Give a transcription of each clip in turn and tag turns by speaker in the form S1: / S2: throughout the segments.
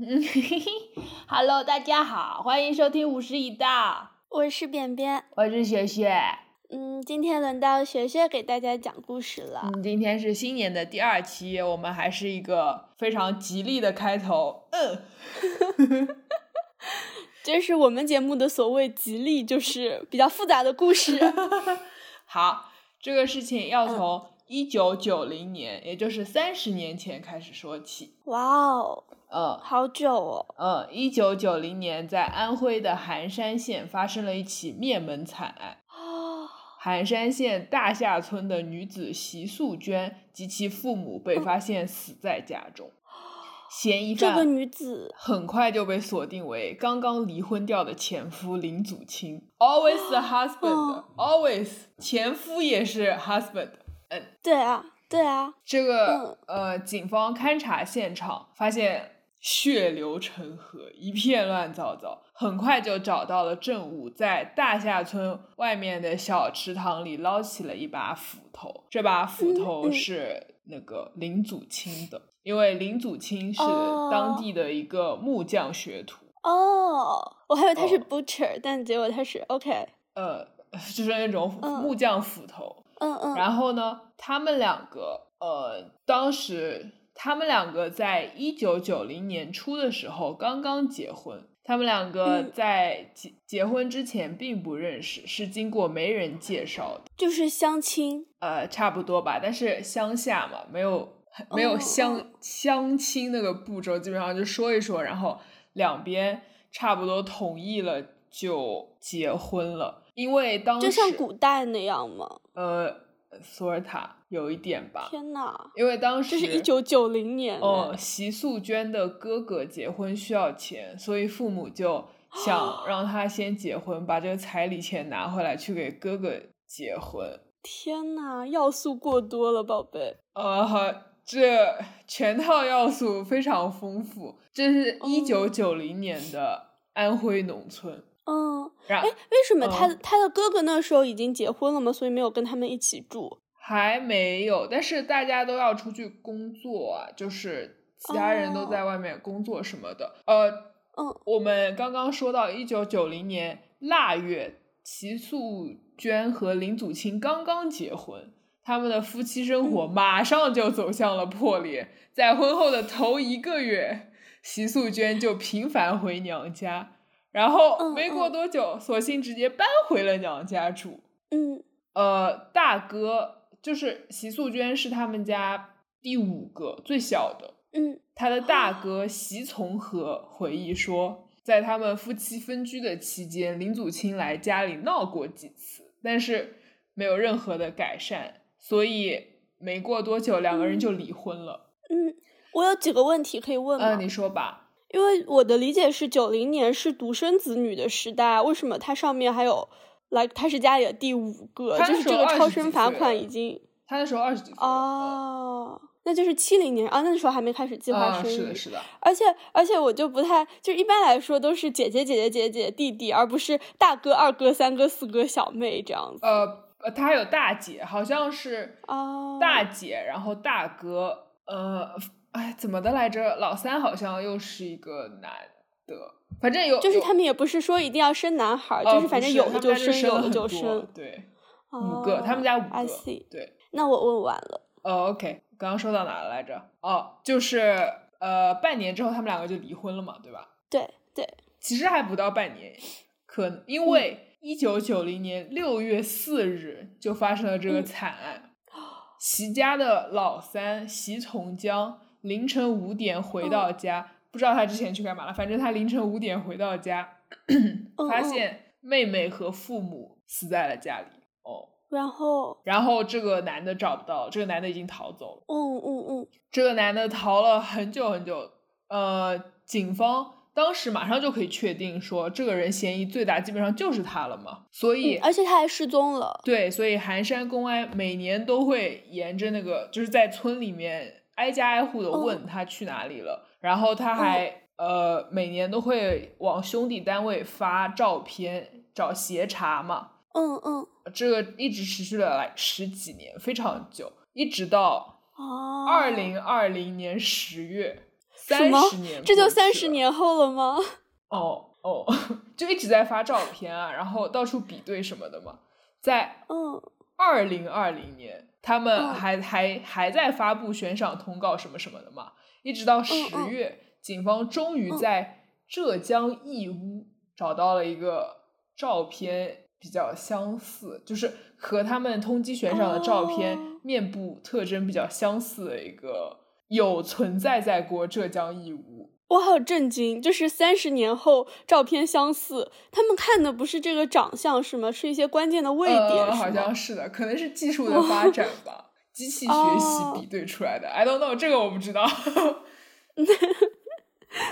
S1: 嗯嘿嘿，Hello，大 家好，欢迎收听五十已到，
S2: 我是便便，
S1: 我是雪雪。
S2: 嗯，今天轮到雪雪给大家讲故事了。
S1: 嗯，今天是新年的第二期，我们还是一个非常吉利的开头。嗯，
S2: 这是我们节目的所谓吉利，就是比较复杂的故事。
S1: 好，这个事情要从一九九零年，也就是三十年前开始说起。
S2: 哇哦，
S1: 嗯
S2: 好久哦！
S1: 嗯，一九九零年在安徽的含山县发生了一起灭门惨案。
S2: 啊，
S1: 含山县大夏村的女子席素娟及其父母被发现死在家中，嫌疑
S2: 哦这个
S1: 犯
S2: 女子
S1: 很快就被锁定为刚刚离婚掉的前夫林祖清，always the
S2: 嗯
S1: husband，always、always 前夫也是 husband。
S2: 对啊，对啊，
S1: 这个呃，警方勘查现场，发现血流成河，一片乱糟糟。很快就找到了证物，在大夏村外面的小池塘里捞起了一把斧头。这把斧头
S2: 嗯嗯
S1: 是那个林祖清的，因为林祖清是
S2: 哦
S1: 当地的一个木匠学徒。
S2: 哦，我还以为她是
S1: 哦
S2: butcher，、但结果她是 OK。
S1: 呃， 就是那种
S2: 嗯
S1: 木匠斧头，
S2: 嗯嗯
S1: 然后呢，他们两个，呃，当时他们两个在一九九零年初的时候刚刚结婚。他们两个
S2: 嗯
S1: 在结结婚之前并不认识，是经过媒人介绍的，
S2: 就是相亲。
S1: 呃，差不多吧。但是乡下嘛，没有没有
S2: 哦
S1: 相、
S2: 哦
S1: 相亲那个步骤，基本上就说一说，然后两边差不多同意了就结婚了。因为当时
S2: 就像古代那样吗？
S1: 呃索尔塔有一点吧，
S2: 天哪，
S1: 因为当时
S2: 这是一九九零年
S1: 哦，
S2: 哎
S1: 席素娟的哥哥结婚需要钱，所以父母就
S2: 啊
S1: 想让他先结婚，把这个彩礼钱拿回来去给哥哥结婚。
S2: 天哪，要素过多了，宝贝。
S1: 呃，好这全套要素非常丰富。这是一
S2: 哦
S1: 九九零年的安徽农村，
S2: 嗯，
S1: 然
S2: 哎，为什么
S1: 嗯
S2: 他、他的哥哥那时候已经结婚了吗？所以没有跟他们一起住？
S1: 还没有，但是大家都要出去工作啊，就是其他人都在外面工作什么的。呃，
S2: 哦嗯
S1: 我们刚刚说到一九九零年腊月，齐素娟和林祖清刚刚结婚，他们的夫妻生
S2: 嗯
S1: 活马上就走向了破裂。在婚后的头一个月，齐素娟就频繁回娘家，然后
S2: 嗯
S1: 没过
S2: 嗯
S1: 多久，索性直接搬回了娘家住。
S2: 嗯
S1: 呃，大哥就是席素娟是他们家第五个最小的，
S2: 嗯，
S1: 他的大哥席从和回忆说，在他们夫妻分居的期间，林祖清来家里闹过几次，但是没有任何的改善，所以没过多久，两个人
S2: 嗯
S1: 就离婚了。
S2: 我有几个问题可以问吗？
S1: 嗯，你说吧。
S2: 因为我的理解是九零年是独生子女的时代，为什么他上面还有来他是家里的第五个？
S1: 他
S2: 就
S1: 那
S2: 是
S1: 时
S2: 这
S1: 候
S2: 个
S1: 20
S2: 超
S1: 几
S2: 生罚
S1: 岁
S2: 款
S1: 了
S2: 已经
S1: 他那时候二十几岁了，
S2: 哦。那就是七零年啊，那时候还没开始计
S1: 嗯，
S2: 划
S1: 啊，
S2: 生育，
S1: 是的，是的，
S2: 而且而且我就不太，就一般来说都是姐姐姐姐姐姐弟弟，而不是大哥二哥三哥四哥小妹这样子。
S1: 呃，呃他还有大姐，好像是
S2: 哦，
S1: 大姐，然后大哥，呃，哎，怎么的来着？老三好像又是一个男的，反正有
S2: 就是
S1: 有
S2: 他们也不是说一定要生男孩儿，就
S1: 呃不
S2: 反正
S1: 是
S2: 有
S1: 他们
S2: 的就
S1: 家生了
S2: 有的
S1: 很
S2: 就
S1: 多
S2: 生。
S1: 对，五个，他们
S2: 哦
S1: 家五
S2: I
S1: 个
S2: see，
S1: 对，
S2: 那我问完了。
S1: 哦，OK，刚刚说到哪来着？哦，就是呃，半年之后他们两个就离婚了嘛，对吧？
S2: 对对，
S1: 其实还不到半年，可能
S2: 嗯
S1: 因为一九九零年六月四日就发生了这个
S2: 嗯
S1: 惨案。席家的老三席从江凌晨五点
S2: 嗯
S1: 回到家，不知道他之前去干嘛了，反正他凌晨五点回到家，
S2: 嗯
S1: 发
S2: 嗯
S1: 现妹妹和父母死在了家里。哦，
S2: 然后
S1: 然后这个男的找不到，这个男的已经逃走了。
S2: 嗯嗯嗯，
S1: 这个男的逃了很久很久，呃，警方当时马上就可以确定说这个人嫌疑最大，基本上就是他了嘛。所以，
S2: 嗯而且他还失踪了。
S1: 对，所以含山公安每年都会沿着那个，就是在村里面挨家挨户的
S2: 哦
S1: 问他去哪里了，然后他还、呃每年都会往兄弟单位发照片找协查嘛。
S2: 嗯嗯，
S1: 这个一直持续了来十几年，非常久，一直到
S2: 哦，
S1: 二零二零年十月，三
S2: 么
S1: 十年，
S2: 这就三十。年后了吗？
S1: 哦哦， 就一直在发照片啊，然后到处比对什么的嘛。在
S2: 嗯，
S1: 二零二零年，他
S2: 嗯
S1: 们还、还还在发布悬赏通告什么什么的嘛，一直到十
S2: 嗯
S1: 月，警方终于
S2: 嗯
S1: 在浙江义乌找到了一个照片比较相似，就是和他们通缉悬赏的照片、
S2: 哦
S1: 面部特征比较相似的一个，有存在在过浙江义乌。
S2: 我好震惊，就是三十年后照片相似，他们看的不是这个长相是吗？是一些关键的位点、
S1: 呃，
S2: 是
S1: 好
S2: 吗
S1: 像是的，可能是技术的发展吧，机器学
S2: 哦
S1: 习比对出来的。I don't know，这个我不知道。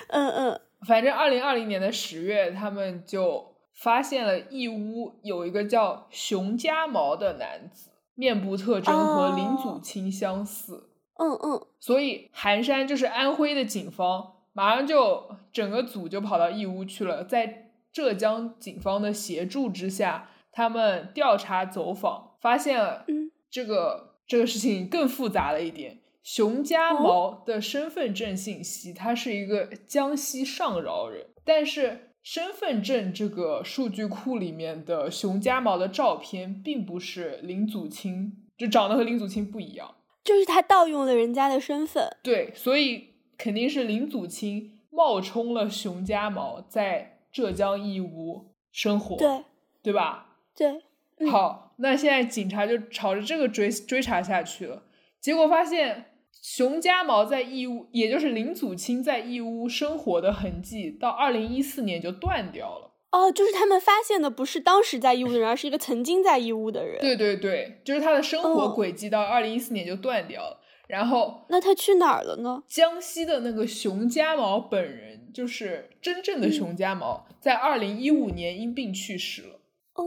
S2: 嗯嗯
S1: 反正二零二零年的十月，他们就发现了义乌有一个叫熊家毛的男子，面部特征和林祖清相似，
S2: 嗯嗯，
S1: 所以寒山就是安徽的警方，马上就整个组就跑到义乌去了，在浙江警方的协助之下，他们调查走访，发现了
S2: 嗯
S1: 这个、这个事情更复杂了一点。熊家毛的身份证信息，他是一个江西上饶人，但是身份证这个数据库里面的熊家毛的照片，并不是林祖清，就长得和林祖清不一样。
S2: 就是他盗用了人家的身份，
S1: 对，所以肯定是林祖清冒充了熊家毛，在浙江义乌生活，
S2: 对
S1: 对吧？
S2: 对，嗯
S1: 好，那现在警察就朝着这个追追查下去了，结果发现。熊家毛在义乌，也就是林祖清在义乌生活的痕迹，到二零一四年就断掉了。
S2: 哦，就是他们发现的不是当时在义乌的人，而是一个曾经在义乌的人。
S1: 对对对，就是他的生活
S2: 哦
S1: 轨迹到二零一四年就断掉了。然后
S2: 那他去哪儿了呢？
S1: 江西的那个熊家毛本人，就是真正的
S2: 嗯
S1: 熊家毛，在二零一五年因病去世了。
S2: 哦，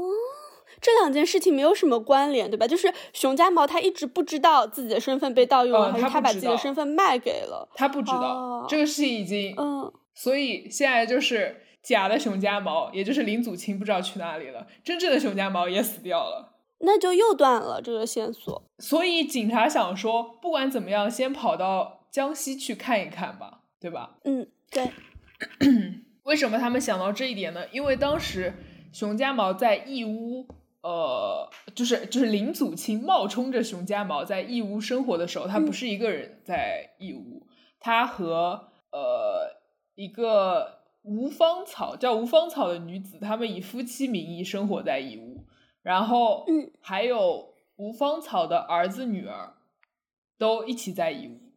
S2: 这两件事情没有什么关联，对吧？就是熊家毛他一直不知道自己的身份被盗用了，
S1: 嗯
S2: 还是
S1: 他
S2: 他
S1: 不
S2: 把
S1: 知
S2: 自己的
S1: 道
S2: 身份卖给了？
S1: 他不知道、
S2: 哦
S1: 这个事情已经，
S2: 嗯，
S1: 所以现在就是假的熊家毛，也就是林祖清不知道去哪里了，真正的熊家毛也死掉了。
S2: 那就又断了这个线索。
S1: 所以警察想说，不管怎么样，先跑到江西去看一看吧，对吧？
S2: 嗯，对，
S1: 为什么他们想到这一点呢？因为当时熊家毛在义乌，呃，就是就是林祖清冒充着熊家毛在义乌生活的时候，他
S2: 嗯
S1: 不是一个人在义乌，他和呃一个吴芳草叫吴芳草的女子，他们以夫妻名义生活在义乌，然后
S2: 嗯
S1: 还有吴芳草的儿子女儿都一起在义乌。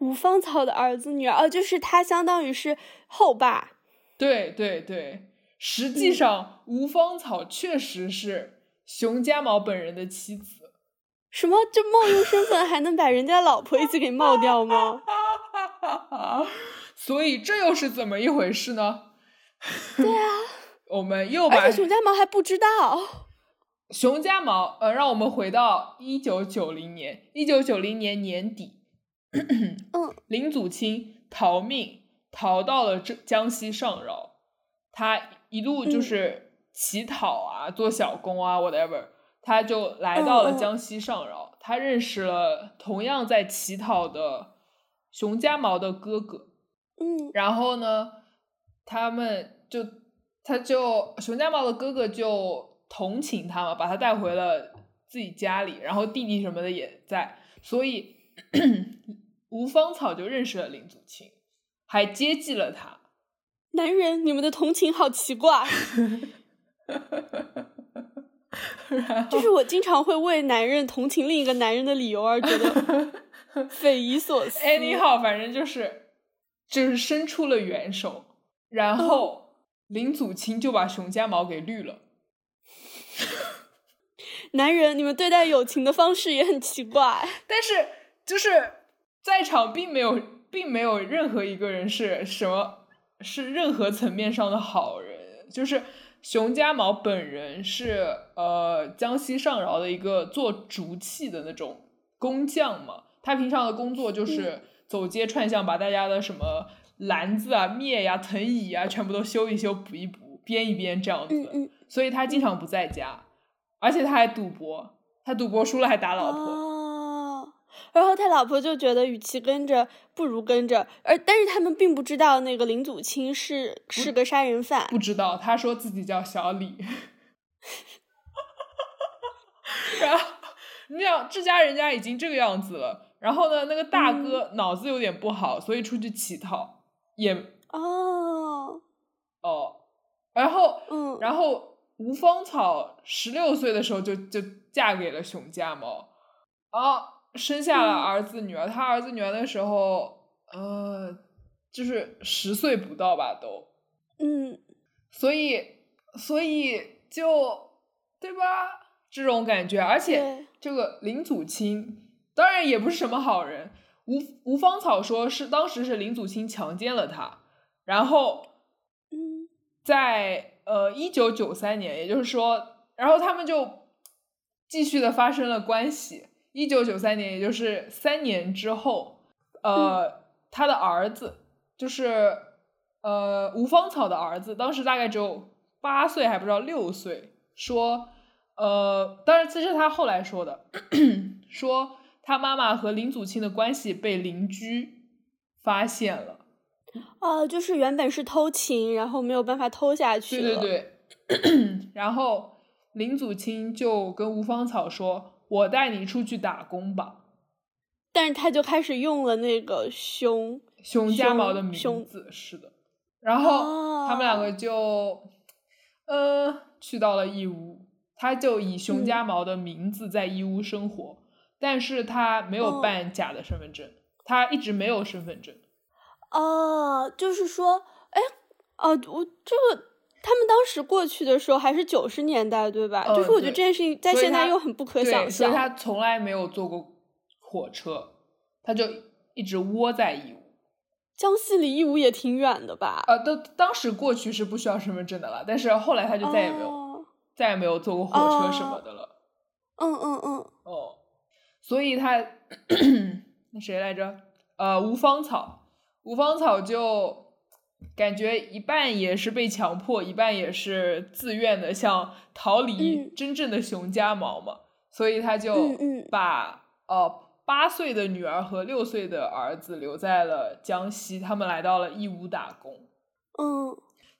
S2: 吴芳草的儿子女儿，哦，就是他相当于是后爸。
S1: 对对对，实际
S2: 嗯
S1: 上吴芳草确实是熊家毛本人的妻子。
S2: 什么？就冒用身份还能把人家老婆一起给冒 掉吗？
S1: 所以这又是怎么一回事呢？ 对啊，我们又把
S2: 而且熊家毛还不知道。
S1: 熊家毛，呃，让我们回到一九九零年，一九九零年年底，
S2: 嗯，
S1: 林祖清逃命逃到了浙江西上饶，他一路
S2: 嗯
S1: 就是乞讨啊，做小工啊，whatever，他就来到了
S2: 嗯嗯
S1: 江西上饶，他认识了同样在乞讨的熊家毛的哥哥，
S2: 嗯
S1: 然后呢，他们就他就熊家茂的哥哥就同情他嘛，把他带回了自己家里，然后弟弟什么的也在，所以吴芳草就认识了林祖清，还接济了他。
S2: 男人，你们的同情好 奇怪。就是我经常会为男人同情另一个男人的理由而觉得匪夷 所思。
S1: anyhow，反正就是就是伸出了援手，然后林祖清就把熊家毛给绿了。
S2: 男人，你们对待友情的方式也很奇怪。
S1: 但是就是在场并没有，并没有任何一个人是什么是任何层面上的好人，就是熊家毛本人是呃江西上饶的一个做竹器的那种工匠嘛，他平常的工作
S2: 嗯
S1: 就是走街串巷，把大家的什么篮子啊、篾呀、藤椅啊，全部都修一修、补一补、编一编这样子。
S2: 嗯嗯，
S1: 所以他经常 不在家，而且他还赌博，他赌博输了还打老婆。
S2: 哦，然后他老婆就觉得，与其跟着，不如跟着。而但是他们并不知道那个林祖清是是个杀人犯，
S1: 不知道，他说自己叫小李。 然后你想，这家人家已经这个样子了，然后呢，那个大哥脑子有点不好，所以出去乞讨，也
S2: 哦，
S1: 哦，然后
S2: 嗯，
S1: 然后吴芳草十六岁的时候就就嫁给了熊家猫，啊，生下了
S2: 嗯
S1: 儿子女儿。她儿子女儿的时候，呃，就是十岁不到吧，都，
S2: 嗯，
S1: 所以所以就对吧？这种感觉，而且
S2: 对，
S1: 这个林祖清当然也不是什么好人。吴吴芳草说是当时是林祖清强奸了她，然后
S2: 嗯
S1: 在呃一九九三年，也就是说，然后他们就继续的发生了关系。一九九三年，也就是三年之后，呃，他的儿子就是呃吴芳草的儿子，当时大概只有八岁，还不知道六岁，说呃，当然这是他后来说的，说他妈妈和林祖清的关系被邻居发现了。
S2: 哦，就是原本是偷情，然后没有办法偷下去
S1: 对
S2: 了，
S1: 对对， 然后林祖清就跟吴芳草说：“我带你出去打工吧。
S2: 但是他就开始用了那个凶，”
S1: 熊家
S2: 熊
S1: 毛的名
S2: 熊
S1: 字是的，然后
S2: 哦
S1: 他们两个就，呃，去到了义乌，他就以
S2: 嗯
S1: 熊家毛的名字在义乌生活，但是他没有
S2: 哦
S1: 办假的身份证，他一直没有身份证。
S2: 哦，就是说，哎，哦，我这个他们当时过去的时候还是九十年代，对吧？
S1: 嗯
S2: 就是我觉得
S1: 对
S2: 这件事情在
S1: 所以
S2: 现在
S1: 他
S2: 又很不可
S1: 对，
S2: 想
S1: 所以
S2: 象。
S1: 他从来没有坐过火车，他就一直窝在义乌。
S2: 江西离义乌也挺远的吧？
S1: 呃，当当时过去是不需要身份证的了，但是后来他就再也没有、
S2: 哦
S1: 再也没有坐过火车什么
S2: 哦
S1: 的了。
S2: 嗯嗯嗯，
S1: 哦，所以他 那谁来着？呃，吴芳草，吴芳草就感觉一半也是被强迫，一半也是自愿的，想逃离
S2: 嗯
S1: 真正的熊家毛嘛，所以他就
S2: 嗯嗯
S1: 把呃八岁的女儿和六岁的儿子留在了江西，他们来到了义乌打工。
S2: 嗯，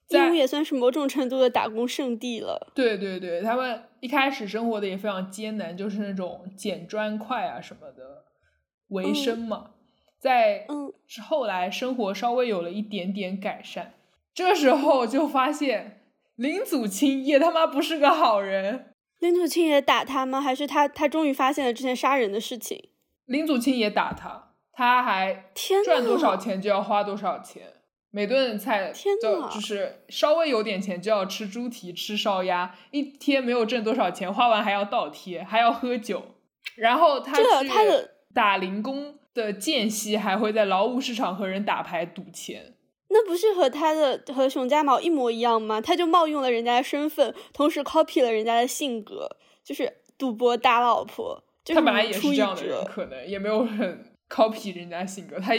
S2: 义
S1: 在
S2: 乌也算是某种程度的打工圣地了。
S1: 对对对，他们一开始生活的也非常艰难，就是那种捡砖块啊什么的为
S2: 嗯
S1: 生嘛。在
S2: 嗯
S1: 之后来生活稍微有了一点点改善，这时候就发现林祖清也他妈不是个好人。
S2: 林楚清也打他吗？还是他他终于发现了之前杀人的事情？
S1: 林祖清也打他，他还
S2: 天呐！
S1: 赚多少？钱就要花多少钱，每顿菜
S2: 天
S1: 就
S2: 呐
S1: 就是稍微有点钱就要吃猪蹄、吃烧鸭，一天没有挣多少钱，花完还要倒贴，还要喝酒。然后他
S2: 这
S1: 去
S2: 他的
S1: 打零工的间隙，还会在劳务市场和人打牌赌钱。
S2: 那不是和他的和熊家毛一模一样吗？他就冒用了人家的身份，同时 copy 了人家的性格，就是赌博打老婆，就是
S1: 他本来也
S2: 如
S1: 是
S2: 出
S1: 这
S2: 一
S1: 样的人，
S2: 辙。
S1: 可能也没有很 copy 人家性格。他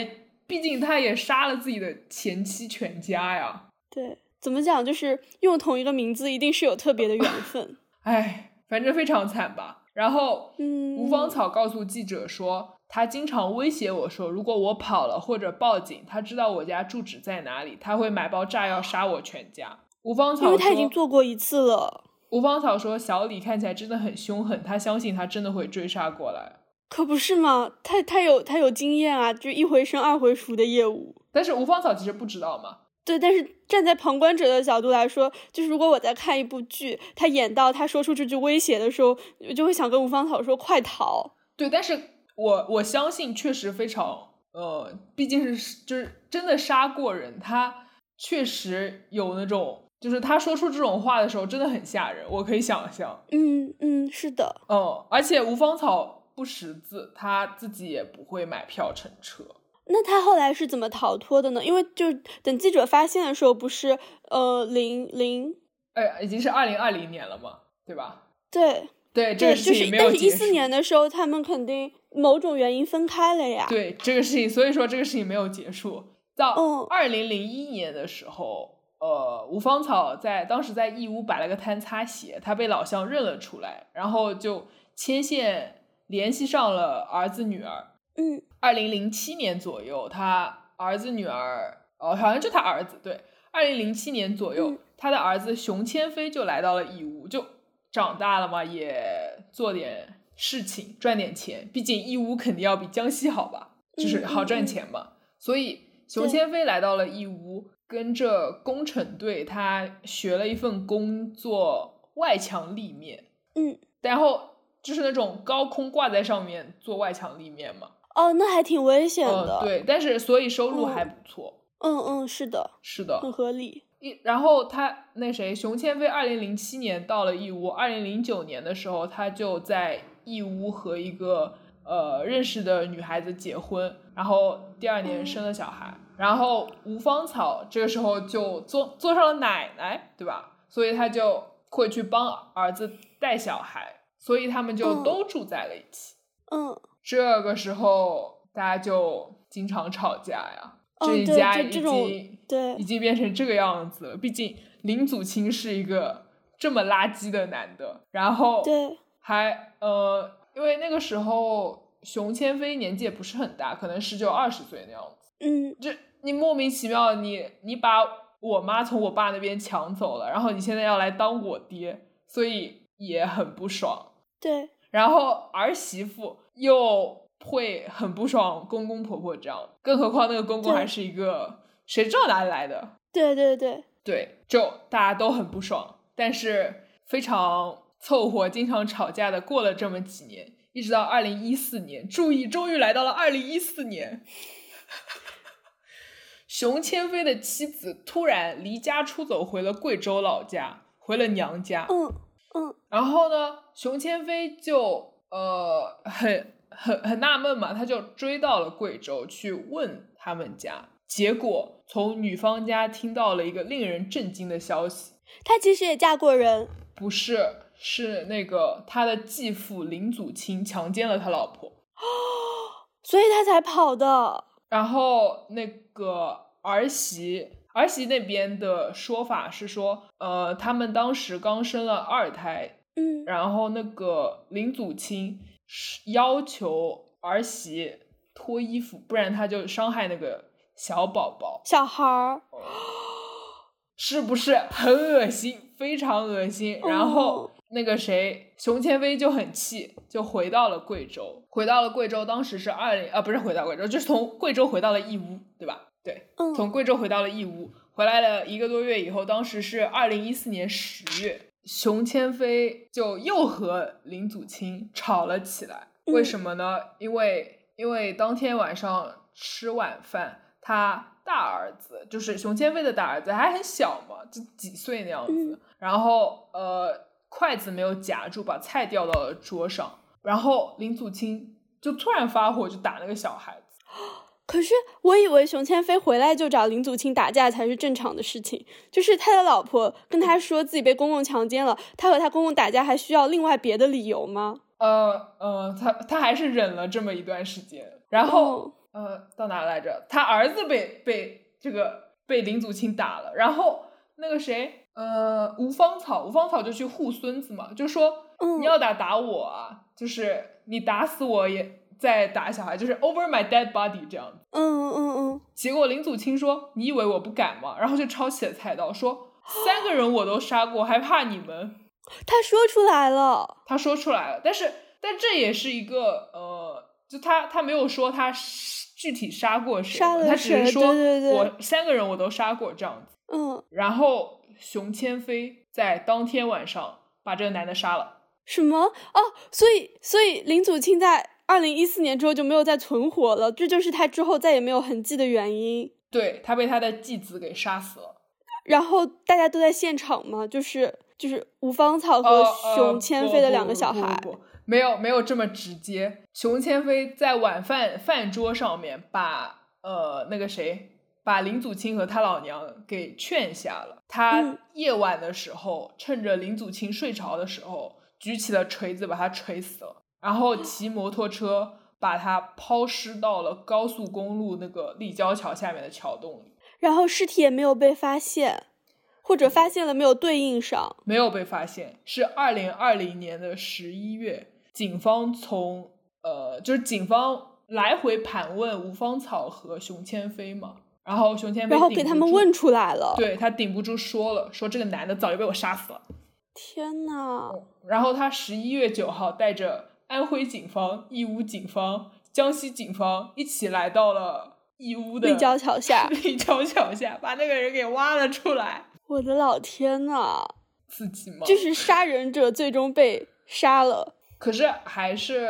S1: 毕竟他也杀了自己的前妻全家呀。
S2: 对，怎么讲？就是用同一个名字，一定是有特别的 缘分。
S1: 唉，反正非常惨吧。然后，
S2: 嗯
S1: 吴芳草告诉记者说，他经常威胁我说，如果我跑了或者报警，他知道我家住址在哪里，他会买包炸药杀我全家。吴芳草
S2: 因
S1: 说，
S2: 为他已经做过一次了。
S1: 吴芳草说，小李看起来真的很凶狠，他相信他真的会追杀过来。
S2: 可不是嘛，他他有他有经验啊，就一回生二回熟的业务。
S1: 但是吴芳草其实不知道嘛，
S2: 对，但是站在旁观者的角度来说，就是如果我在看一部剧，他演到他说出这句威胁的时候，我就会想跟吴芳草说：“快逃
S1: 对，但是我我相信确实非常呃，毕竟是就是真的杀过人，他确实有那种，就是他说出这种话的时候真的很吓人，我可以想象。！”
S2: 嗯嗯，是的，
S1: 嗯，而且吴芳草不识字，他自己也不会买票乘车。
S2: 那他后来是怎么逃脱的呢？因为就等记者发现的时候，不是呃零零
S1: 哎，已经是二零二零年了嘛，对吧？
S2: 对
S1: 对，这
S2: 对，
S1: 个事
S2: 就
S1: 情
S2: 是
S1: 没有
S2: 但是
S1: 结
S2: 一
S1: 束。
S2: 四年的时候，他们肯定某种原因分开了呀。
S1: 对这个事情，所以说这个事情没有结束。到
S2: 嗯
S1: 二零零一年的时候，呃，吴芳草在当时在义乌摆了个摊擦鞋，他被老乡认了出来，然后就牵线联系上了儿子女儿。
S2: 嗯，
S1: 二零零七年左右，他儿子女儿哦，好像就他儿子对。二零零七年左右，
S2: 嗯
S1: 他的儿子熊千飞就来到了义乌，就长大了嘛，也做点事情，赚点钱。毕竟义乌肯定要比江西好吧，就是
S2: 嗯
S1: 好
S2: 嗯
S1: 赚
S2: 嗯
S1: 钱嘛。所以熊
S2: 对
S1: 千飞来到了义乌，跟着工程队，他学了一份工作，外墙立面。
S2: 嗯，
S1: 然后就是那种高空挂在上面做外墙立面嘛。
S2: 哦，那还挺危险
S1: 嗯，
S2: 的。
S1: 对，但是所以收入还不错。
S2: 嗯嗯，是的，
S1: 是的，
S2: 很合理。
S1: 一然后他那谁，熊千飞，二零零七年到了义乌，二零零九年的时候，他就在义乌和一个呃认识的女孩子结婚，然后第二年
S2: 哦
S1: 生了小孩，然后吴芳草这个时候就做做上了奶奶，对吧？所以他就会去帮儿子带小孩，所以他们就
S2: 嗯
S1: 都住在了一起。
S2: 嗯，
S1: 这个时候大家就经常吵架呀，
S2: 嗯
S1: 这一
S2: 对
S1: 家
S2: 这
S1: 已
S2: 这
S1: 经、
S2: 种对
S1: 已经变成这个样子了。毕竟林祖清是一个这么垃圾的男的，然后
S2: 对，
S1: 还呃，因为那个时候熊千飞年纪也不是很大，可能十九二十岁那样子。
S2: 嗯
S1: 这你莫名其妙，你你把我妈从我爸那边抢走了，然后你现在要来当我爹，所以也很不爽。
S2: 对，
S1: 然后儿媳妇又会很不爽公公婆婆这样，更何况那个公公
S2: 对
S1: 还是一个谁知道哪里来的？
S2: 对对对，
S1: 对，就大家都很不爽，但是非常凑合，经常吵架的。过了这么几年，一直到二零一四年，注意，终于来到了二零一四年。熊千飞的妻子突然离家出走，回了贵州老家，回了娘家。
S2: 嗯
S1: 然后呢，熊千飞就呃很很很纳闷嘛，他就追到了贵州去问他们家，结果从女方家听到了一个令人震惊的消息，
S2: 她其实也嫁过人。
S1: 不是是那个他的继父林祖清强奸了他老婆，
S2: 所以她才跑的。
S1: 然后那个儿媳。儿媳那边的说法是说，呃，他们当时刚生了二胎，
S2: 嗯
S1: 然后那个林祖清是要求儿媳脱衣服，不然他就伤害那个小宝宝，
S2: 小孩儿，
S1: 是不是很恶心？非常恶心。然后
S2: 哦
S1: 那个谁，熊千飞就很气，就回到了贵州。回到了贵州，当时是二零啊，不是回到贵州，就是从贵州回到了义乌，对吧？对，
S2: 嗯，
S1: 从贵州回到了义乌，回来了一个多月以后，当时是二零一四年十月，熊千飞就又和林祖清吵了起来。
S2: 嗯
S1: 为什么呢？因为因为当天晚上吃晚饭，他大儿子就是熊千飞的大儿子，还很小嘛，就几岁那样子。
S2: 嗯
S1: 然后呃，筷子没有夹住，把菜掉到了桌上。然后林祖清就突然发火，就打那个小孩子。
S2: 可是我以为熊千飞回来就找林祖清打架才是正常的事情，就是他的老婆跟他说自己被公公强奸了，他和他公公打架还需要另外别的理由吗？
S1: 呃呃，他他还是忍了这么一段时间，然
S2: 哦
S1: 后、呃到哪来着？他儿子被被这个被林祖清打了，然后那个谁呃吴芳草，吴芳草就去护孙子嘛，就说、
S2: 嗯
S1: 你要打打我啊，就是你打死我也再打小孩，就是 over my dead body 这样子。
S2: 嗯嗯嗯
S1: 结果林祖清说：“你以为我不敢吗？”然后就抄起了菜刀说：“三个人我都杀过，还怕你们？”
S2: 嗯，他说出来了，
S1: 他说出来了，但是但这也是一个呃，就他他没有说他是具体杀过谁嘛，
S2: 杀了
S1: 他只是
S2: 谁
S1: 说
S2: 对对对
S1: 我三个人我都杀过这样子。
S2: 嗯，
S1: 然后熊千飞在当天晚上把这个男的杀了，
S2: 什么哦？所以所以林祖清在二零一四年之后就没有再存活了，这就是他之后再也没有痕迹的原因。
S1: 对他被他的继子给杀死了。
S2: 然后大家都在现场嘛，就是就是吴芳草和
S1: 呃呃
S2: 熊千飞的两个小孩。
S1: 不不不不不没有没有这么直接。熊千飞在晚饭饭桌上面把呃那个谁把林祖清和他老娘给劝下了。他
S2: 嗯
S1: 夜晚的时候，趁着林祖清睡着的时候，举起了锤子把他锤死了，然后骑摩托车把他抛尸到了高速公路那个立交桥下面的桥洞里，
S2: 然后尸体也没有被发现，或者发现了没有对应上。
S1: 没有被发现。是二零二零年的十一月，警方从呃，就是警方来回盘问吴芳草和熊千飞嘛，然后熊千飞
S2: 然后
S1: 顶
S2: 给
S1: 不
S2: 他们
S1: 住
S2: 问出来了。
S1: 对他顶不住说了，说这个男的早就被我杀死了。
S2: 天呐，
S1: 然后他十一月九号带着安徽警方、义乌警方、江西警方一起来到了义乌的，
S2: 立交桥下
S1: 立交桥下，把那个人给挖了出来，
S2: 我的老天呐！
S1: 刺激吗？
S2: 就是杀人者最终被杀了。
S1: 可是还是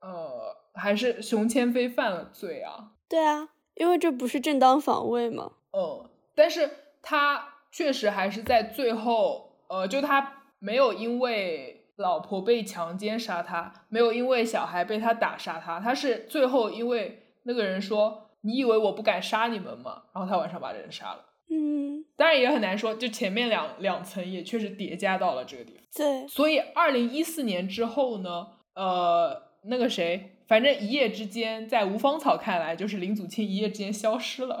S1: 呃，还是熊千飞犯了罪啊，
S2: 对啊，因为这不是正当防卫嘛。
S1: 嗯，但是他确实还是在最后，呃，就他没有因为老婆被强奸杀他，没有因为小孩被他打杀他，他是最后因为那个人说：“你以为我不敢杀你们吗？”然后他晚上把人杀了。
S2: 嗯，
S1: 当然也很难说，就前面两两层也确实叠加到了这个地方。
S2: 对，
S1: 所以二零一四年之后呢，呃，那个谁，反正一夜之间，在吴芳草看来，就是林祖清一夜之间消失了。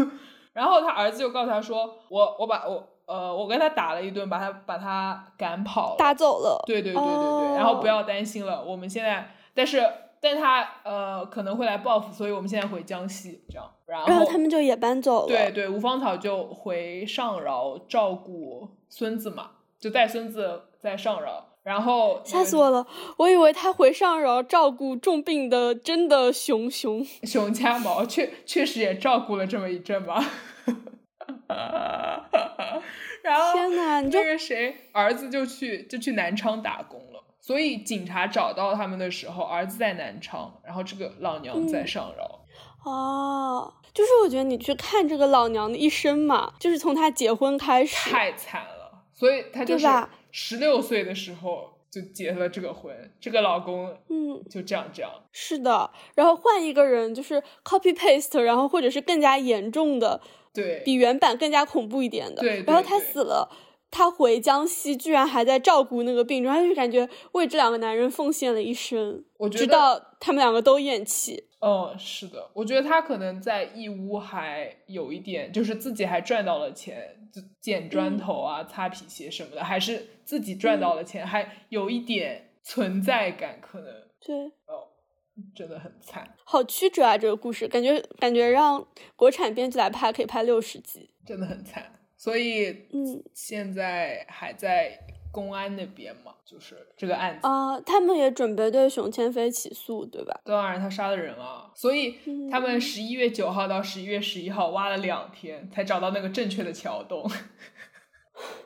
S1: 然后他儿子就告诉他说：“我我把我呃我跟他打了一顿，把他把他赶跑了。”
S2: 打走了。
S1: 对对对对对，
S2: 哦
S1: 然后不要担心了，我们现在但是但他呃可能会来报复，所以我们现在回江西这样。然后
S2: 然后他们就也搬走了。
S1: 对，对，吴芳草就回上饶照顾孙子嘛，就带孙子在上饶，然后那
S2: 吓
S1: 个
S2: 死我了！我以为他回上饶照顾重病的真的熊熊。
S1: 熊家毛确确实也照顾了这么一阵吧。 然后
S2: 天呐，你就
S1: 那个谁儿子就去就去南昌打工了，所以警察找到他们的时候，儿子在南昌，然后这个老娘
S2: 嗯
S1: 在上饶。
S2: 哦，就是我觉得你去看这个老娘的一生嘛，就是从她结婚开始，
S1: 太惨了，所以她就是
S2: 对吧
S1: 十六岁的时候就结了这个婚，这个老公
S2: 嗯，
S1: 就这样这样，
S2: 是的。然后换一个人，就是 copy paste，然后或者是更加严重的，
S1: 对
S2: 比原版更加恐怖一点的。
S1: 对对
S2: 然后他
S1: 对
S2: 死了，他回江西居然还在照顾那个病人，他就感觉为这两个男人奉献了一生，
S1: 我觉
S2: 直
S1: 得，
S2: 到他们两个都咽气。
S1: 嗯，是的，我觉得他可能在义乌还有一点，就是自己还赚到了钱，就
S2: 嗯
S1: 捡砖头啊、擦皮鞋什么的，还是自己赚到了钱，还有一点存在感，可能
S2: 对，
S1: 真的很惨，
S2: 好曲折啊！这个故事感觉感觉让国产编剧来拍可以拍六十集。
S1: 真的很惨。所以
S2: 嗯
S1: 现在还在公安那边嘛，就是这个案子。
S2: 啊、他们也准备对熊千飞起诉，对吧？
S1: 当然，他杀了人啊，所以他们
S2: 嗯
S1: 十一月九号到十一月十一号挖了两天，才找到那个正确的桥洞。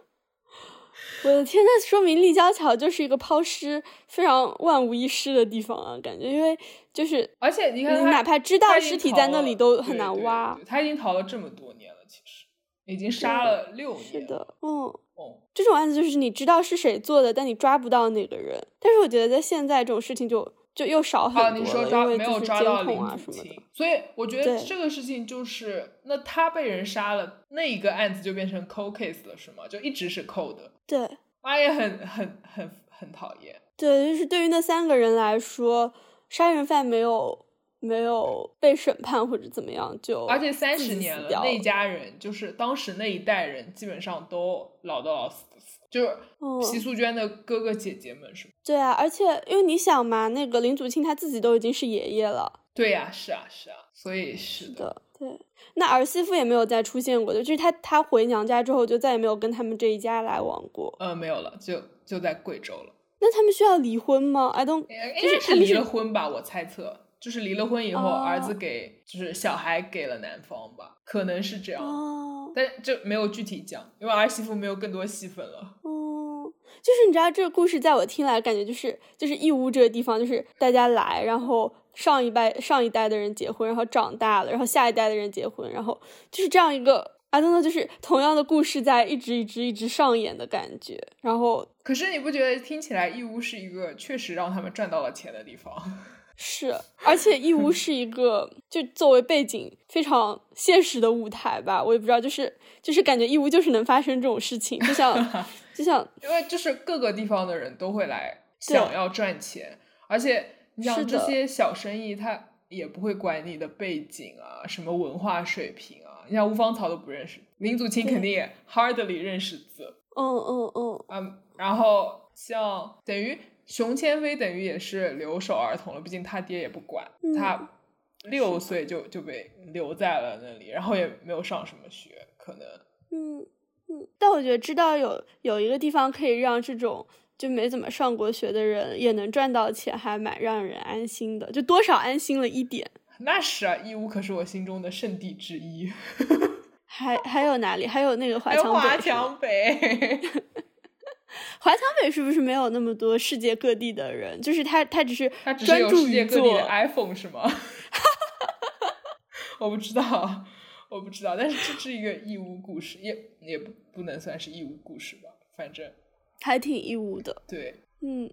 S2: 我的天，那说明立交桥就是一个抛尸非常万无一失的地方啊，感觉因为就是
S1: 而且你看
S2: 你
S1: 他，
S2: 哪怕知道
S1: 他已经
S2: 尸体
S1: 逃
S2: 在那
S1: 了
S2: 里都很
S1: 对
S2: 难
S1: 对
S2: 挖。
S1: 对他已经逃了这么多年了，其实已经杀了六年。
S2: 是，的，嗯，
S1: 哦，
S2: 这种案子就是你知道是谁做的，但你抓不到那个人。但是我觉得在现在这种事情就就又少很多
S1: 啊，
S2: 了，
S1: 你说抓
S2: 因为
S1: 没
S2: 就
S1: 有
S2: 是
S1: 抓到
S2: 监
S1: 林
S2: 控啊
S1: 祖
S2: 什么
S1: 清
S2: 的。，
S1: 所以我觉得
S2: 对
S1: 这个事情就是，那他被人杀了，那一个案子就变成 cold case 了，是吗？就一直是 cold 的，
S2: 对
S1: 妈也很很很很讨厌。
S2: 对，就是对于那三个人来说，杀人犯没有没有被审判或者怎么样就，
S1: 而且三十年
S2: 了
S1: 了，，那一家人就是当时那一代人，基本上都老的老死的死，就是
S2: 嗯，
S1: 皮素娟的哥哥姐姐们是吗？
S2: 对啊，而且因为你想嘛，那个林祖清他自己都已经是爷爷了，
S1: 对呀、是啊，是啊，所以是
S2: 是
S1: 的，
S2: 的，对。那儿媳妇也没有再出现过的，就是他他回娘家之后就再也没有跟他们这一家来往过。
S1: 呃，没有了，就就在贵州了，
S2: 那他们需要离婚吗？I don't，
S1: 应该
S2: 就是
S1: 是
S2: 他们
S1: 离
S2: 哎是
S1: 了婚吧，我猜测，就是离了婚以后，
S2: 哦
S1: 儿子给就是小孩给了男方吧，可能是这样，
S2: 哦，
S1: 但就没有具体讲，因为儿媳妇没有更多戏份了。
S2: 嗯，就是你知道这个故事，在我听来感觉就是就是义乌这个地方，就是大家来，然后上一代上一代的人结婚，然后长大了，然后下一代的人结婚，然后就是这样一个 I don't know，就是同样的故事在一直一直一直上演的感觉。然后
S1: 可是你不觉得听起来义乌是一个确实让他们赚到了钱的地方？
S2: 是，而且义乌是一个就作为背景非常现实的舞台吧，我也不知道，就是就是感觉义乌就是能发生这种事情，就 像就像
S1: 因为就是各个地方的人都会来
S2: 对
S1: 想要赚钱，而且你
S2: 是
S1: 想这
S2: 的
S1: 些小生意，他也不会管你的背景啊，什么文化水平啊。你像吴芳草都不认识，林祖清肯定也 hardly 认识字
S2: 嗯嗯嗯，
S1: 嗯，然后像等于熊千飞等于也是留守儿童了，毕竟他爹也不管，
S2: 嗯
S1: 他六岁就就被留在了那里，然后也没有上什么学，可能
S2: 嗯嗯，但我觉得知道有有一个地方可以让这种就没怎么上过学的人也能赚到钱，还蛮让人安心的，就多少安心了一点。
S1: 那是啊，义乌可是我心中的圣地之一，
S2: 还还有哪里？还有那个华
S1: 还有
S2: 强
S1: 华
S2: 北是吗，
S1: 强 北，
S2: 华强北是不是没有那么多世界各地的人？就是他，他只是
S1: 它只是
S2: 专
S1: 有
S2: 注
S1: 世界
S2: 于
S1: 各地
S2: 做
S1: 的 iPhone 是吗？ 我不知道，我不知道，但是这是一个义乌故事，也也不不能算是义乌故事吧，反正
S2: 还挺义务的。
S1: 对，
S2: 嗯，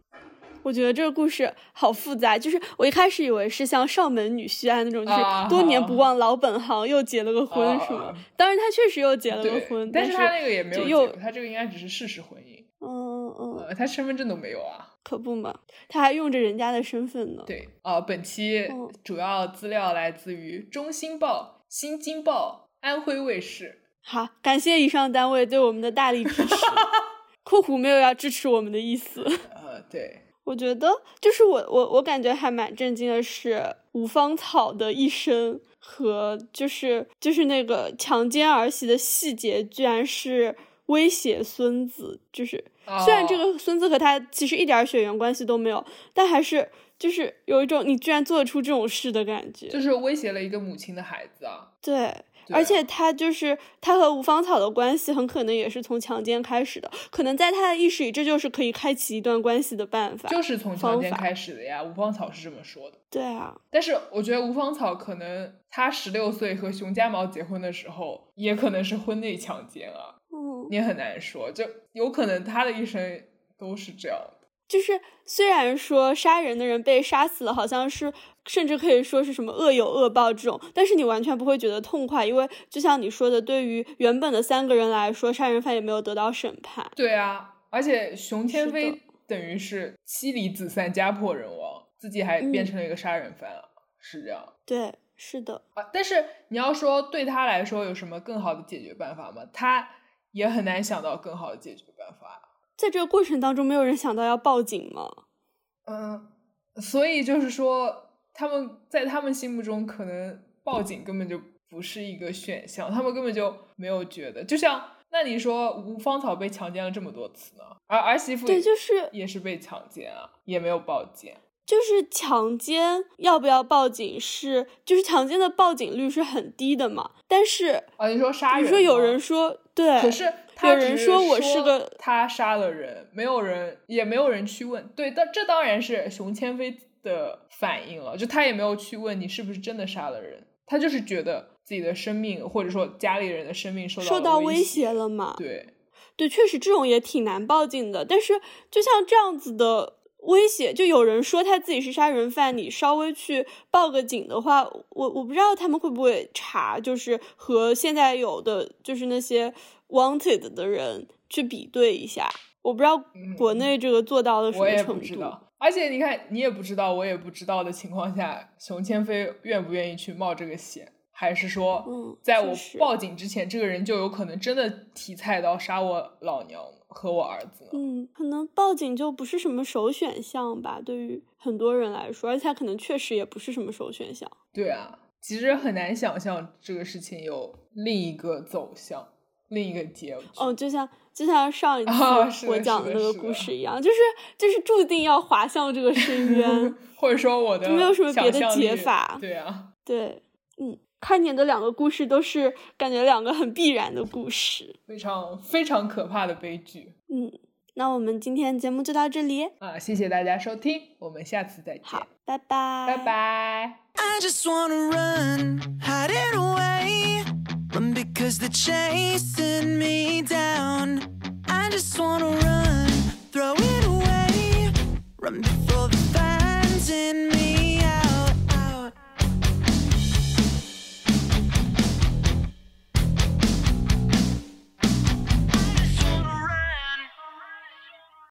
S2: 我觉得这个故事好复杂，就是我一开始以为是像上门女婿啊那种，就
S1: 啊
S2: 是多年不忘老本行，又结了个婚
S1: 啊
S2: 什么
S1: 啊。
S2: 当然，他确实又结了个
S1: 对，
S2: 婚，
S1: 但
S2: 是
S1: 他那个也没
S2: 就
S1: 有
S2: 又
S1: 结婚，他这个应该只是事实婚姻，
S2: 嗯嗯，
S1: 呃，他身份证都没有啊。
S2: 可不嘛，他还用着人家的身份呢。
S1: 对，啊、本期
S2: 嗯
S1: 主要资料来自于《中新报》《新京报》《安徽卫视
S2: 好，感谢以上单位对我们的大 力支持。 括弧没有要支持我们的意思。》。
S1: 呃，对，
S2: 我觉得就是我我我感觉还蛮震惊的是吴芳草的一生和就是就是那个强奸儿媳的细节，居然是威胁孙子，就是虽然这
S1: 哦
S2: 个孙子和他其实一点儿血缘关系都没有，但还是就是有一种你居然做得出这种事的感觉。
S1: 就是威胁了一个母亲的孩子啊，
S2: 对，
S1: 对啊
S2: 而且他就是他和吴芳草的关系，很可能也是从强奸开始的。可能在他的意识里，这就是可以开启一段关系的办法。
S1: 就是从强
S2: 方
S1: 奸
S2: 法
S1: 开始的呀。吴芳草是这么说的，
S2: 对啊，
S1: 但是我觉得吴芳草可能她十六岁和熊家毛结婚的时候，也可能是婚内强奸啊，
S2: 嗯，
S1: 你也很难说，就有可能她的一生都是这样的。
S2: 就是虽然说杀人的人被杀死了，好像是甚至可以说是什么恶有恶报这种，但是你完全不会觉得痛快，因为就像你说的，对于原本的三个人来说，杀人犯也没有得到审判。
S1: 对啊，而且熊
S2: 是
S1: 千
S2: 的
S1: 飞等于是妻离子散、家破人亡，自己还变
S2: 嗯
S1: 成了一个杀人犯啊，是这样
S2: 对，是的，
S1: 啊。但是你要说对他来说有什么更好的解决办法吗？他也很难想到更好的解决办法。
S2: 在这个过程当中，没有人想到要报警吗？
S1: 嗯，所以就是说，他们在他们心目中，可能报警根本就不是一个选项，他们根本就没有觉得。就像那你说吴芳草被强奸了这么多次呢，而儿媳妇
S2: 对，
S1: 也
S2: 就是
S1: 也是被强奸啊，也没有报警。
S2: 就是强奸要不要报警是，就是强奸的报警率是很低的嘛。但是
S1: 啊，你说杀人？
S2: 比如说有人，说，对，
S1: 可是他
S2: 有人
S1: 只是
S2: 说
S1: 说
S2: 我是个
S1: 他杀了人，没有人也没有人去问。对，但这当然是熊千飞的反应了，就他也没有去问你是不是真的杀了人，他就是觉得自己的生命或者说家里人的生命受到
S2: 受
S1: 受
S2: 到
S1: 威
S2: 威胁了嘛？
S1: 对，
S2: 对，确实这种也挺难报警的。但是就像这样子的威胁，就有人说他自己是杀人犯，你稍微去报个警的话，我我不知道他们会不会查，就是和现在有的就是那些 wanted 的人去比对一下。我不知道
S1: 嗯
S2: 国内这个做到了什
S1: 我
S2: 么
S1: 也
S2: 程
S1: 不
S2: 度
S1: 知。道。而且你看，你也不知道，我也不知道的情况下，熊千飞愿不愿意去冒这个险，还是说，
S2: 嗯
S1: 在
S2: 确
S1: 我
S2: 实
S1: 报警之前，这个人就有可能真的提菜刀杀我老娘和我儿子呢？
S2: 嗯，可能报警就不是什么首选项吧，对于很多人来说，而且他可能确实也不是什么首选项。
S1: 对啊，其实很难想象这个事情有另一个走向，另一个结局。
S2: 哦，就像就像上一
S1: 啊
S2: 次
S1: 是
S2: 我
S1: 的
S2: 讲
S1: 是
S2: 的
S1: 的
S2: 那个
S1: 是
S2: 故
S1: 的。
S2: 事一样，就是就是注定要滑向这个深渊
S1: 或者说我的
S2: 没有什么别的
S1: 想象力
S2: 解法
S1: 对啊，
S2: 对，嗯，开年的两个故事都是感觉两个很必然的故事。
S1: 非常非常可怕的悲剧
S2: 嗯，那我们今天节目就到这里，
S1: 啊！谢谢大家收听，我们下次再见，
S2: 好，拜拜，
S1: 拜拜。
S3: I just wanna run, hide it away. Run because they're chasing me down. I just wanna run, throw it away. Run before